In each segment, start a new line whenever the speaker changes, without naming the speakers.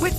With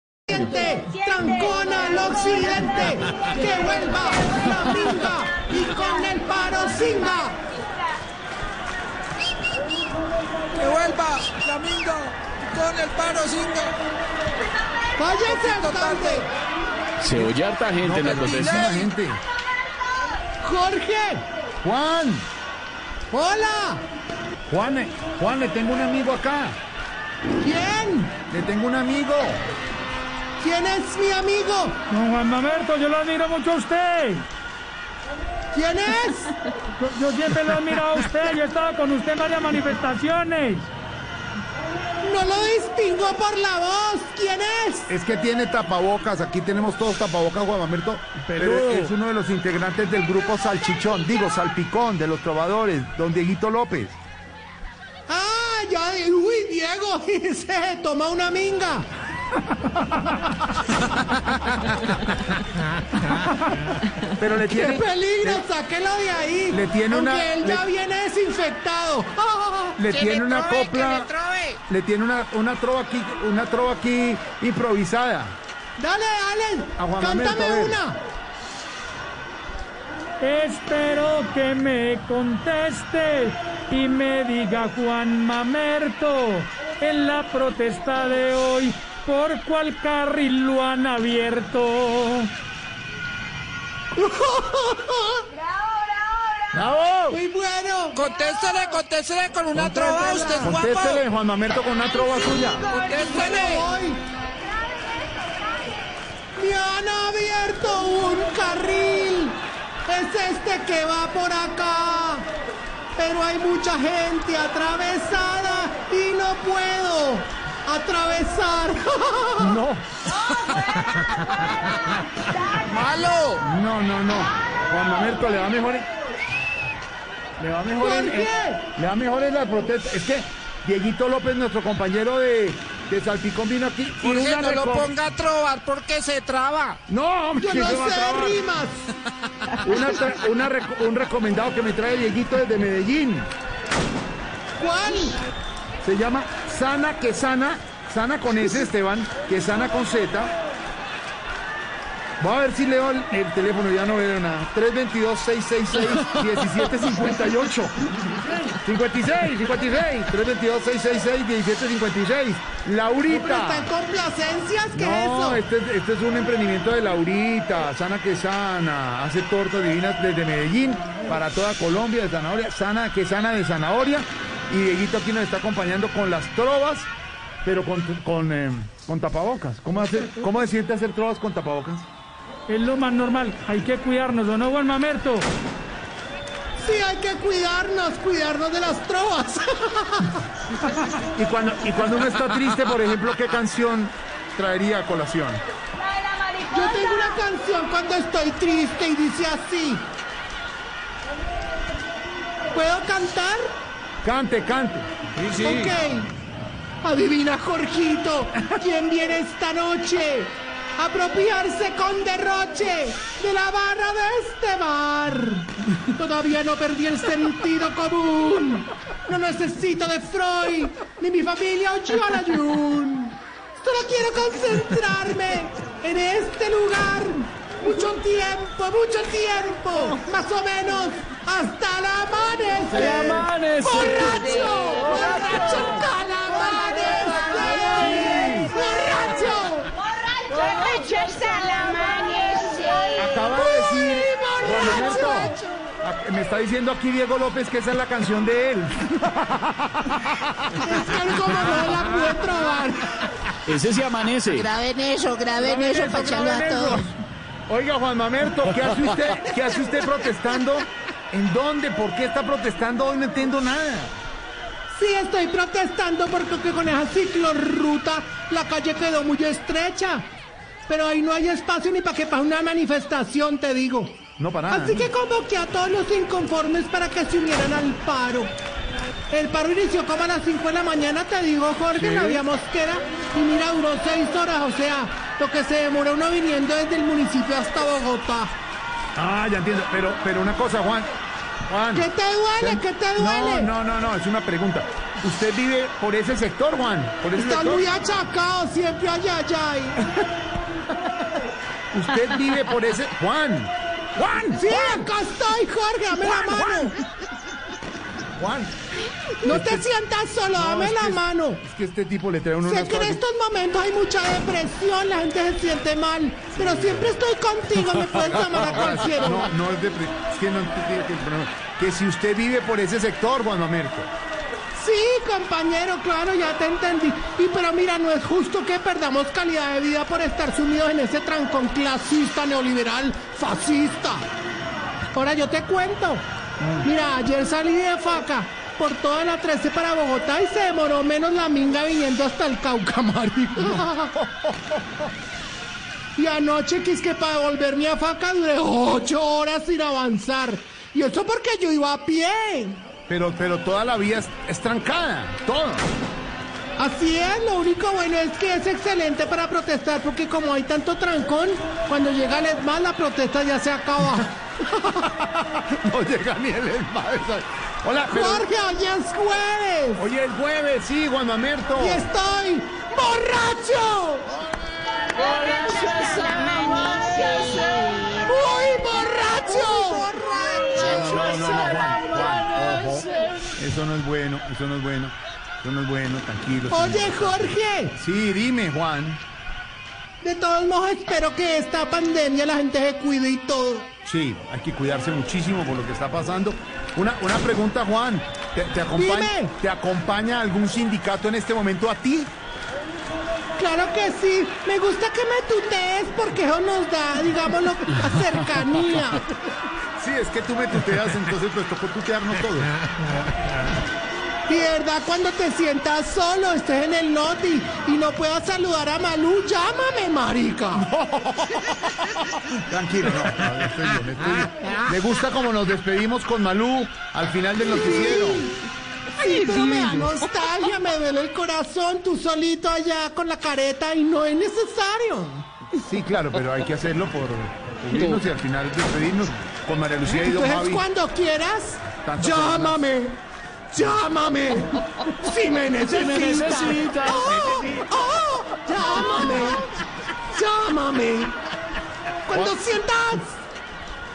Siente, trancón al occidente, que vuelva la minga y con el paro singa.
Que vuelva Flamingo con el paro single.
Váyanse al tarde.
Se oye harta gente en la protesta.
gente. Jorge. Juan. Hola.
Juan, eh, Juan, le tengo un amigo acá.
¿Quién?
Le tengo un amigo.
¿Quién es mi amigo?
Don Juan Mamerto, yo lo admiro mucho a usted.
¿Quién es?
Yo, yo siempre lo he admirado a usted. Yo he estado con usted en varias manifestaciones.
No lo distingo por la voz. ¿Quién es?
Es que tiene tapabocas, aquí tenemos todos tapabocas, Juan Mamerto, pero
Peludo.
es uno de los integrantes del grupo Salchichón, digo, Salpicón, de los Trovadores, don Dieguito López.
Ah, ya. Uy, Diego. Se toma una minga.
Pero le
¡Qué
tiene,
peligro! ¡Sáquelo de ahí!
Le tiene
Aunque
una-
él ya
le-
viene desinfectado.
le tiene una copla, le tiene una, una trova aquí, una trova aquí improvisada.
¡Dale, Allen!
A Juan
¡Cántame
Mamerto, a ver.
una!
Espero que me conteste y me diga Juan Mamerto en la protesta de hoy por cuál carril lo han abierto.
¡Bravo!
¡Muy bueno!
Contéstele, contéstele con una trova, usted es
Contéstele,
guapo.
Juan Mamerto, con una trova suya.
Contéstele.
¡Voy! ¡Me han abierto un carril! ¡Es este que va por acá! Pero hay mucha gente atravesada y no puedo atravesar.
No,
Malo.
no, no, no. Juan Mamerto le va mejor en... Le va mejor en...
¿Por qué?
Le da mejor en la protesta. Es que Dieguito López, nuestro compañero de, de Salpicón, vino aquí. y
Jorge,
una
no lo
reco-
ponga a trobar porque se traba.
No, hombre,
Yo
¿quién
no
se va a
sé
trabar?
rimas.
Una tra- una reco- un recomendado que me trae Dieguito desde Medellín.
¿Cuál?
Se llama Sana que Sana. Sana con S, Esteban, que Sana con Z. Voy a ver si leo el, el teléfono, ya no veo nada. 322-666-1758. 56, 56. 322-666-1756.
Pero está en
Laurita.
complacencias, ¿qué
No,
es eso?
este, es- este es un emprendimiento de Laurita, Sana que Sana, hace tortas divinas desde Medellín para toda Colombia de zanahoria, Sana que Sana de zanahoria y Dieguito aquí nos está acompañando con las trovas, pero con, con, eh, con tapabocas. ¿Cómo, hace, ¿Cómo se siente hacer trovas con tapabocas?
Es lo más normal, hay que cuidarnos, ¿o no, Juan Mamerto?
Sí, hay que cuidarnos, cuidarnos de las trovas.
Y cuando, y cuando uno está triste, por ejemplo, ¿qué canción traería a colación?
Yo tengo una canción cuando estoy triste y dice así. ¿Puedo cantar?
Cante, cante.
Ok. Adivina, Jorgito, ¿quién viene esta noche? a Apropiarse con derroche de la barra de este bar. Todavía no perdí el sentido común. No necesito de Freud, ni mi familia o Joana Jun. Solo quiero concentrarme en este lugar. Mucho tiempo, mucho tiempo. Más o menos hasta el amanecer.
El amanecer.
¡Borracho! ¡Borracho hasta el amanecer! ¡Borracho!
Acaba de decir.
Muy
Juan
borracho.
Alberto, a- Me está diciendo aquí Diego López que esa es la canción de él.
Es que como no la pude probar.
Ese se amanece.
Graben eso, graben eso para echarlo a todos.
Oiga, Juan Mamerto, ¿qué hace usted, qué hace usted protestando? ¿En dónde? ¿Por qué está protestando? Hoy no entiendo nada.
Sí, estoy protestando porque con esa ciclorruta la calle quedó muy estrecha. Pero ahí no hay espacio ni para que para una manifestación, te digo.
No, para nada.
Así que convoqué a todos los inconformes para que se unieran al paro. El paro inició como a las 5 de la mañana, te digo, Jorge,
Sí.
la vía Mosquera, y mira, duró 6 horas, o sea, lo que se demora uno viniendo desde el municipio hasta Bogotá.
Ah, ya entiendo. Pero, pero una cosa, Juan. Juan.
¿Qué te duele? ¿Qué te duele?
No, no, no, no, es una pregunta. ¿Usted vive por ese sector, Juan? Por ese
Está
sector.
muy achacado siempre, ay, ay, ay.
Usted vive por ese. Juan. Juan.
Sí, acá estoy, Jorge, dame la
Juan,
mano.
Juan.
No te sientas solo,
No,
dame
es
la
que-
mano.
Es que este tipo le trae uno
Sé
unas
que en
cosas-
estos momentos hay mucha depresión, la gente se siente mal, pero siempre estoy contigo, me puedes llamar a cualquiera.
Ah, No, no es de. Es que no tiene que. no, que si usted vive por ese sector, Juan Mamerto.
Sí, compañero, claro, ya te entendí. Y pero mira, no es justo que perdamos calidad de vida por estar sumidos en ese trancón clasista, neoliberal, fascista. Ahora yo te cuento. Mira, ayer salí de Faca por toda la 13 para Bogotá y se demoró menos la minga viniendo hasta el Cauca, marica. Y anoche quis que para devolverme a Faca duré ocho horas sin avanzar. Y eso porque yo iba a pie.
Pero, pero toda la vía es, es trancada. Todo.
Así es, lo único bueno es que es excelente para protestar porque como hay tanto trancón, cuando llega el ESMAD la protesta ya se acaba.
No llega ni el esmalte. Hola, pero.
Jorge, hoy es jueves
Hoy es jueves, sí, Juan Mamerto.
y estoy borracho. ¡Muy borracho!
No, no, no, Juan, Juan, ojo. Eso no es bueno, eso no es bueno. Eso no es bueno, tranquilo.
Oye, Jorge,
Sí, dime, Juan.
de todos modos espero que esta pandemia la gente se cuide y todo.
Sí, hay que cuidarse muchísimo por lo que está pasando. Una, una pregunta, Juan. ¿Te, te acompaña,
Dime.
¿Te acompaña algún sindicato en este momento a ti?
Claro que sí, me gusta que me tutees porque eso nos da, digámoslo, cercanía.
Sí, es que tú me tuteas, entonces nos tocó tutearnos todos.
Ah, Y de verdad, cuando te sientas solo, estés en el noti y no puedas saludar a Malú, llámame, marica.
Tranquilo, no, no, estoy bien, estoy
ah,
bien. Me gusta como nos despedimos con Malú al final del noticiero.
Sí, pero me da nostalgia, me duele el corazón, tú solito allá con la careta y no es necesario.
Sí, claro, pero hay que hacerlo por cubrirnos y al final despedirnos con María Lucía y Don
Entonces,
Javi.
cuando quieras,
Tantas
llámame. Llámame si me necesitas.
necesitas.
Oh, oh, llámame. Llámame. Cuando sientas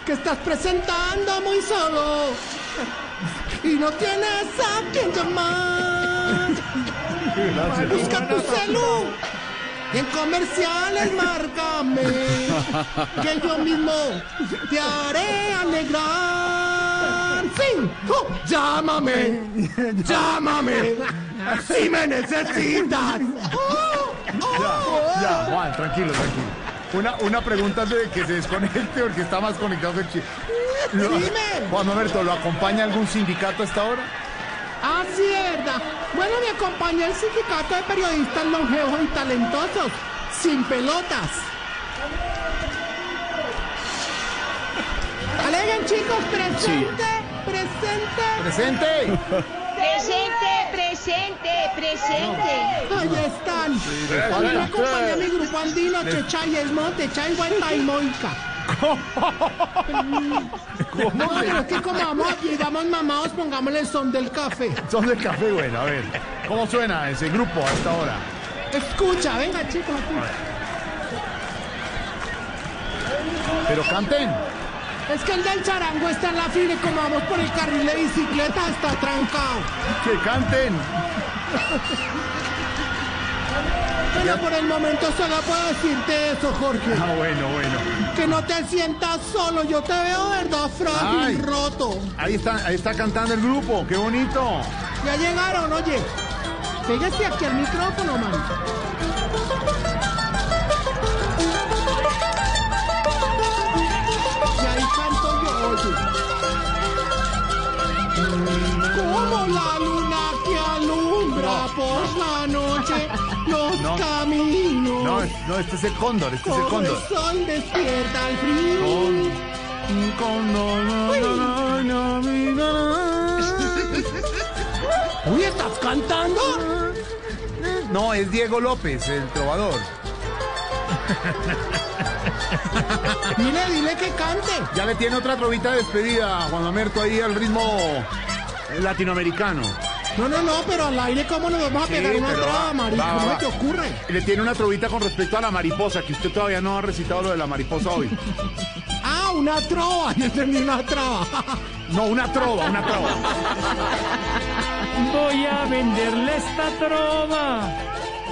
que estás presentando muy solo y no tienes a quien llamar. Busca tu celu. Y en comerciales márcame que yo mismo te haré alegrar. Sí, oh, llámame, llámame si me necesitas. Oh, oh, oh.
Ya, Juan, tranquilo, tranquilo. Una, una pregunta antes de que se desconecte porque está más conectado que aquí. Lo-
Dime.
Juan Roberto, ¿lo acompaña algún sindicato hasta ahora?
Ah, sí, verdad. Bueno, me acompaña el sindicato de periodistas longevos y talentosos, sin pelotas. Aleguen, chicos, presente, presente.
¡Presente!
Presente, presente, presente.
Ahí están. Hoy me acompaña mi grupo andino, Chechay, El Monte, Chay, Huerta y Moica. No, pero es que como vamos, llegamos mamados, pongámosle el son del café.
Son del café, bueno, a ver. ¿Cómo suena ese grupo hasta ahora?
Escucha, venga, chicos, escucha.
Pero canten.
Es que el del charango está en la fila y como vamos por el carril de bicicleta está trancado.
Que canten.
Pero por el momento solo puedo decirte eso, Jorge.
Ah, bueno, bueno.
Que no te sientas solo. Yo te veo, de ¿verdad? Frágil,
Ay.
roto.
Ahí está, ahí está cantando el grupo, qué bonito.
Ya llegaron, oye. Pégase aquí al micrófono, man. Y ahí canto yo, oye. Como la luna que al
No, este es el cóndor, este es el
Como
cóndor.
el sol despierta al frío.
Con- con- no, no, no, no, no, mi- no,
Uy, ¿estás cantando?
no. No, es Diego López, el trovador.
Dile, dile que cante.
Ya le tiene otra trovita de despedida a Juan Mamerto ahí al ritmo latinoamericano.
No, no, no, pero al aire, ¿cómo nos vamos a
Sí,
pegar una
pero
traba,
va,
marica?
va,
¿Cómo
va.
te ocurre?
Le tiene una trovita con respecto a la mariposa, que usted todavía no ha recitado lo de la mariposa hoy.
Ah, una trova. Yo entendí una traba.
No, una trova, una trova.
Voy a venderle esta trova,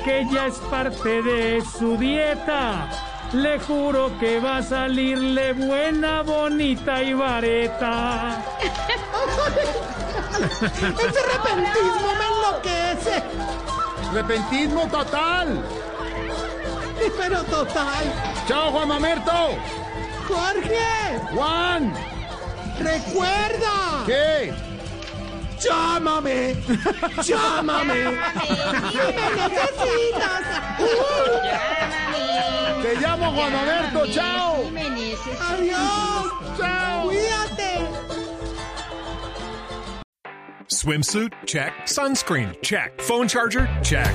que ya es parte de su dieta. Le juro que va a salirle buena, bonita y vareta.
Ese repentismo me enloquece.
Repentismo total.
Pero total.
Chao, Juan Mamerto.
Jorge,
Juan,
recuerda.
¿qué?
Llámame. Llámame. Si me necesitas. Uh,
Te llamo Juan Mamerto, chao.
adiós.
Chao.
Cuídate.
Swimsuit? Check. Sunscreen? Check. Phone charger? Check.